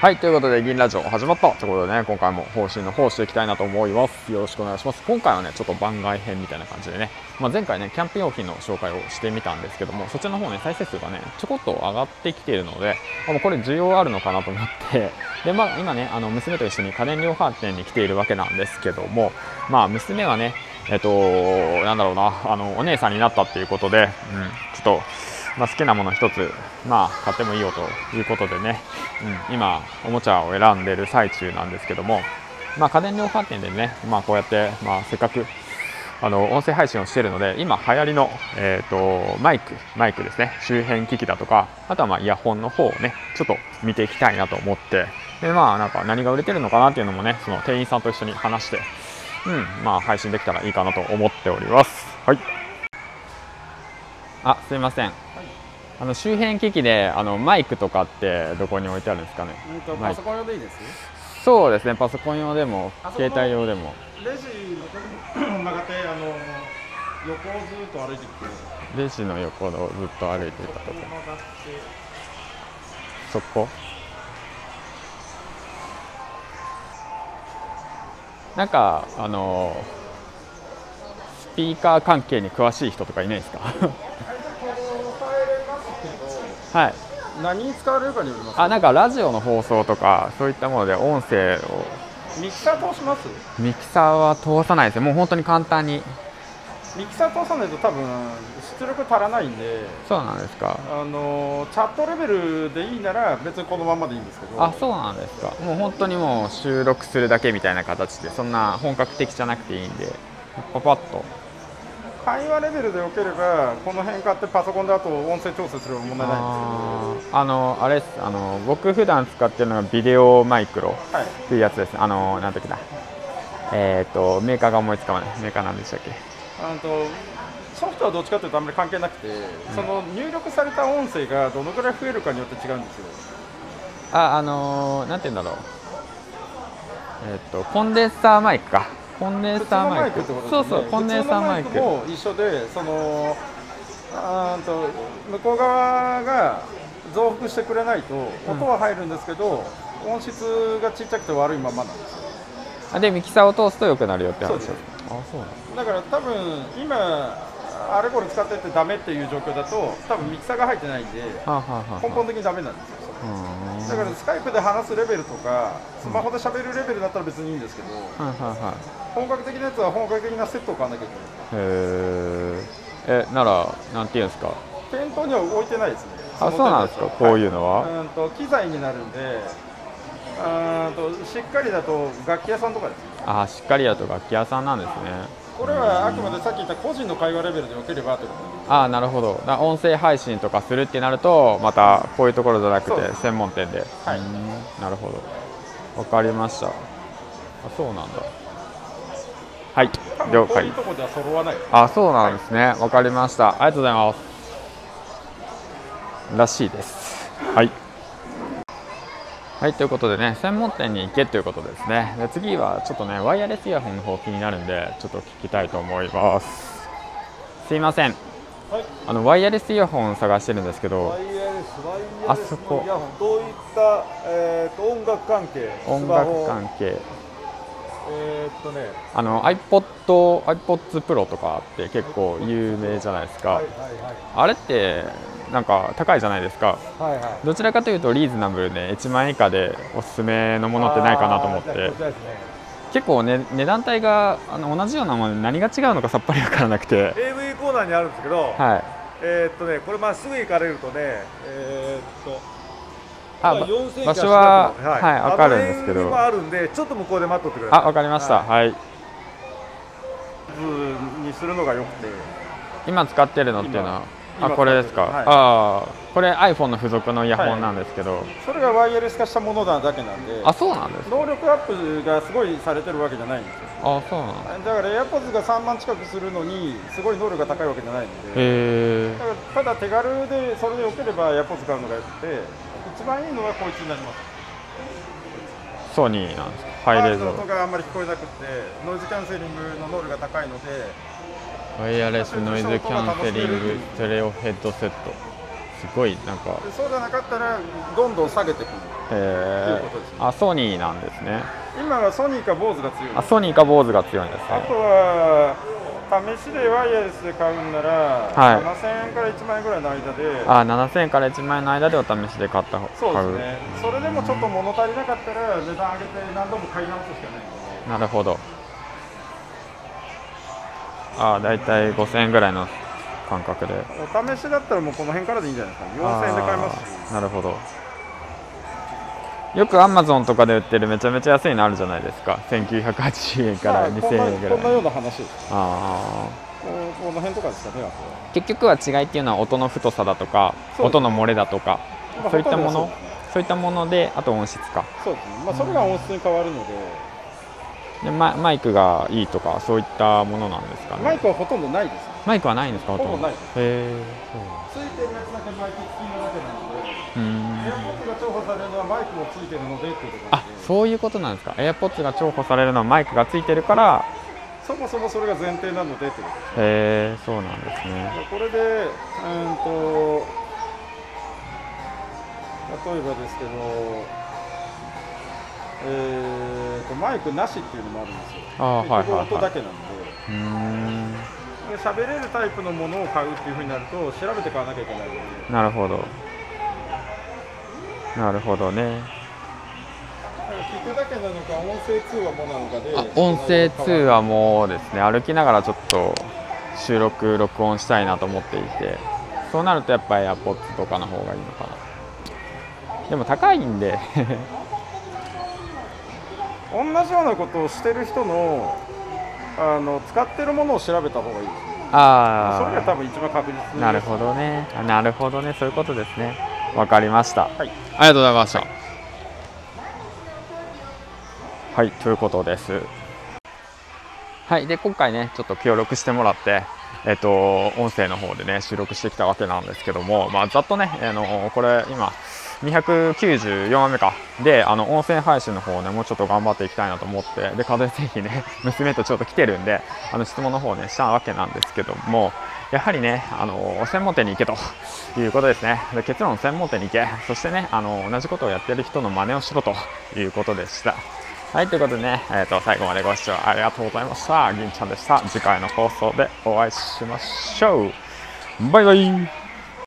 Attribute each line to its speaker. Speaker 1: はい、ということで、銀ラジオ始まったということでね、今回も方針の方していきたいなと思います。よろしくお願いします。今回はね、ちょっと番外編みたいな感じでね、まあ、前回ね、キャンプ用品の紹介をしてみたんですけども、そちらの方ね、再生数がね、ちょこっと上がってきているので、あもうこれ需要あるのかなと思って、 で、まあ今ね、あの娘と一緒に家電量販店に来ているわけなんですけども、まあ娘はね、えっと、なんだろうな、あの、お姉さんになったっていうことで、うん、ちょっと、まあ、好きなもの一つ、まあ、買ってもいいよということでね、うん、今おもちゃを選んでる最中なんですけども、まあ、家電量販店でね、まあ、こうやって、まあ、せっかくあの音声配信をしているので今流行りの、えー、とマイクマイクですね周辺機器だとかあとはまあイヤホンの方をねちょっと見ていきたいなと思ってで、まあ、なんか何が売れてるのかなっていうのもねその店員さんと一緒に話して、うんまあ、配信できたらいいかなと思っております。はいあすいませんあの周辺機器であのマイクとかってどこに置いてあるんですかね
Speaker 2: うんと、
Speaker 1: はい
Speaker 2: パソコン用でいいです。
Speaker 1: そうですねパソコン用でも
Speaker 2: あそこ
Speaker 1: 携
Speaker 2: の
Speaker 1: 帯用でも
Speaker 2: レジのとこに 曲がって、あの、横をずっと歩いてきて。
Speaker 1: レジの横をずっと歩いていたとこ
Speaker 2: 曲がって。
Speaker 1: そこなんかあのスピーカー関係に詳しい人とかいないですか はい
Speaker 2: 何に使われるかによりま
Speaker 1: あなんかラジオの放送とかそういったもので音声を
Speaker 2: す。ミキサー通します。
Speaker 1: ミキサーは通さないですねもう本当に簡単に
Speaker 2: ミキサー通さないと、多分出力足らないんで。
Speaker 1: そうなんですか
Speaker 2: あの、チャットレベルでいいなら、別にこのままでいいんですけど。
Speaker 1: あそうなんですかもう本当にもう収録するだけみたいな形でそんな本格的じゃなくていいんでパパッと
Speaker 2: 会話レベルでよければ、この辺買って、パソコンであと音声調整すれば問題ないん
Speaker 1: あ
Speaker 2: です
Speaker 1: ーあのあれっすあの僕普段使ってるのがビデオマイクロ
Speaker 2: けど。はい。
Speaker 1: っていうやつですねあのなんだっけなえっ、とメーカーが思いつかないメーカーなんでしたっけ
Speaker 2: あのとソフトはどっちかというとあんまり関係なくて、その入力された音声がどのくらい増えるかによって違うんですよ。
Speaker 1: ああのーなんて言うんだろうえっ、とコンデンサーマイクかコンデン
Speaker 2: 普通
Speaker 1: サー
Speaker 2: の
Speaker 1: マ
Speaker 2: マ
Speaker 1: イ
Speaker 2: イ
Speaker 1: ク
Speaker 2: クってことです
Speaker 1: そ
Speaker 2: よ
Speaker 1: う
Speaker 2: ね。
Speaker 1: そうコンデンサーマイク
Speaker 2: 普通のも一緒で、そのあーんと向こう側が増幅してくれないと音は入るんですけど、音質がちっちゃくて悪いままなんですよ。
Speaker 1: あでミキサーを通すと良くなるよって話
Speaker 2: そうです
Speaker 1: あそうなん
Speaker 2: だから多分今あれこれ使っててダメっていう状況だと、多分ミキサーが入ってないんで
Speaker 1: はあ、はあはあはあ
Speaker 2: 根本的にダメなんですよ。
Speaker 1: うん
Speaker 2: だからスカイプで話すレベルとか、スマホで喋るレベルだったら別にいいんですけど、
Speaker 1: はいはいはい
Speaker 2: 本格的なやつは本格的なセットを買わなきゃいけな
Speaker 1: へええならなんていうんですか
Speaker 2: い。店頭には置いてないですね。
Speaker 1: あそうなんですかこういううの
Speaker 2: の
Speaker 1: は、
Speaker 2: はいうんと機材になるんで、うんとしっかりだと楽器屋さんとかですね。
Speaker 1: あしっかりやと楽器屋さんなんですね
Speaker 2: これはあくまでさっき言った個人の会話レベルでよければってこ
Speaker 1: あなるほどだ音声配信とかするってなるとまたこういうところじゃなく
Speaker 2: そうで
Speaker 1: て専門店で
Speaker 2: と。はい。
Speaker 1: うんなるほどわかりましたあそうなんだはい
Speaker 2: 多分
Speaker 1: 了
Speaker 2: こうい
Speaker 1: 解
Speaker 2: うとこでは揃わない。
Speaker 1: あそうなんですねわかりましたありがとうございますらしいですはいはいということでね専門店に行けということですねで次はちょっとねワイヤレスイヤホンの方気になるんでちょっと聞きたいと思いますすいません
Speaker 2: はい。
Speaker 1: あのワイヤレスイヤホン探してるんですけど
Speaker 3: ワイヤレス、ワイヤ
Speaker 1: あ
Speaker 3: レス
Speaker 1: そ
Speaker 3: の
Speaker 1: こ
Speaker 3: イヤホン、どういった、えー、と音楽関係、
Speaker 1: 音楽関
Speaker 3: ス
Speaker 1: 係
Speaker 3: マホ、えーっとね、
Speaker 1: あの iPod、iPods Pro とかって結構有名じゃないですか、
Speaker 3: はいはい
Speaker 1: あれってなんか高いじゃないですか
Speaker 3: はい、はいはい、
Speaker 1: どちらかというとリーズナブルで1万円以下でおすすめのものってないかなと思っ
Speaker 3: あーじゃあ
Speaker 1: て
Speaker 3: こちらですね、
Speaker 1: 結構ね値段帯があの同じようなもので何が違うのかさっぱりわからなくて
Speaker 3: AV コーナーにあるんですけど、
Speaker 1: はい
Speaker 3: えーっとね、これまっすぐ行かれるとね、えーっと、
Speaker 1: あ
Speaker 3: ま
Speaker 1: ば
Speaker 3: 4000か
Speaker 1: 場所は
Speaker 3: 近くはい、
Speaker 1: はいわかるんですけど
Speaker 3: あの辺にもあるんで、ちょっと向こうで待っとってください。
Speaker 1: あわかりました
Speaker 3: はい
Speaker 1: はい、
Speaker 2: 普通にするのが良くて、
Speaker 1: 今使ってるのっていうのはあ
Speaker 2: 今今
Speaker 1: これですか、
Speaker 2: 使ってる
Speaker 1: ああこれ iPhone の付属のイヤホンなんですけど、
Speaker 2: それがワイヤレス化したものなだけなんで、
Speaker 1: あそうなんです
Speaker 2: 能力アップがすごいされてるわけじゃないんですよ。
Speaker 1: あそうなんだ
Speaker 2: だからエアポッズが3万近くするのにすごい能力が高いわけじゃないので、
Speaker 1: へ
Speaker 2: だからただ手軽でそれでよければエアポッズ買うのがよくて一番いいのはこいつになります
Speaker 1: ー、ソニーなんですかハイレ
Speaker 2: バーズの音
Speaker 1: ゾ
Speaker 2: があんまり聞こえなくてノイズキャンセリングの能力が高いので
Speaker 1: ワイヤレスノイズキャンセリングステレオヘッドセットすごいなんか
Speaker 2: でそうじゃなかったらどんどん下げてくる
Speaker 1: え
Speaker 2: ということですね
Speaker 1: あソニーなんですね
Speaker 2: 今はソニーかボーズが強い
Speaker 1: あソニーかボーズが強いんです
Speaker 2: あ
Speaker 1: ね
Speaker 2: とは試しでワイヤレスで買うんなら、
Speaker 1: はい
Speaker 2: 7000円から1万円ぐらいの間で
Speaker 1: あ7000円から1万円の間でお試しで買った方
Speaker 2: そう
Speaker 1: 買
Speaker 2: ですねそれでもちょっと物足りなかったら値段上げて何度も買い直すしかない
Speaker 1: なるほどあだいたい5000円ぐらいの感覚で
Speaker 2: お試しだったらもうこの辺からでいいんじゃないですか4000円で買えますし
Speaker 1: あーなるほどよくアマゾンとかで売ってるめちゃめちゃ安いのあるじゃないですか1980円から
Speaker 2: まあこんな
Speaker 1: 2000円ぐら
Speaker 2: こんないような話です
Speaker 1: あー
Speaker 2: こうこの辺とかですかねあとは
Speaker 1: 結局は違いっていうのは音の太さだとか
Speaker 2: そうです
Speaker 1: 音の漏れだとか
Speaker 2: まあ
Speaker 1: そういったも
Speaker 2: ほとん
Speaker 1: の
Speaker 2: ど
Speaker 1: そういったものであと音質か
Speaker 2: そうですねそうですねまあそれが音質に変わるので、
Speaker 1: でママイクがいいとかそういったものなんですかね
Speaker 2: マイクはほとんどないですね
Speaker 1: マイクはないんですか
Speaker 2: ほぼない
Speaker 1: へえそう
Speaker 2: ついてるやつだけマイク付きのだけなので
Speaker 1: うーん
Speaker 2: エアポッドが重宝されるのはマイクもついてるのでっていうことな
Speaker 1: あ
Speaker 2: んで
Speaker 1: そういうことなんですか AirPods が重宝されるのはマイクがついてるから
Speaker 2: そもそもそれが前提なのでってこと
Speaker 1: へえそうなんですね
Speaker 2: これで、うーんと、例えばですけど、えーと、マイクなしっていうのもあるんですよ。
Speaker 1: ああはいはいはい
Speaker 2: 結局音だけなん
Speaker 1: うーん
Speaker 2: で、で喋れるタイプのものを買うっていうふうになると、調べて買わなきゃいけないので、
Speaker 1: なるほどなるほどね
Speaker 2: 聞くだけなのか、音声通話もなのかで、
Speaker 1: あ音声通話もですね歩きながらちょっと収録録音したいなと思っていてそうなるとやっぱ AirPods とかの方がいいのかなでも高いんで
Speaker 2: 同じようなことをしてる人のあの使ってるものを調べた方がいいですね。それが
Speaker 1: あ
Speaker 2: 多
Speaker 1: あ
Speaker 2: 分一番確実に。
Speaker 1: なるほどねあなるほどねそういうことですねわかりました、
Speaker 2: はい
Speaker 1: ありがとうございましたはいということですはいで今回ねちょっと協力してもらってえっと音声の方でね収録してきたわけなんですけどもまあざっとねあのこれ今294話目かであの音声配信の方をねもうちょっと頑張っていきたいなと思ってで風邪ぜひね 娘とちょっと来てるんであの質問の方をねしたわけなんですけどもやはりねあの専門店に行けということですねで結論専門店に行けそしてねあの同じことをやってる人の真似をしろということでしたはいということでね、えー、と最後までご視聴ありがとうございました銀ちゃんでした次回の放送でお会いしましょうバイバイ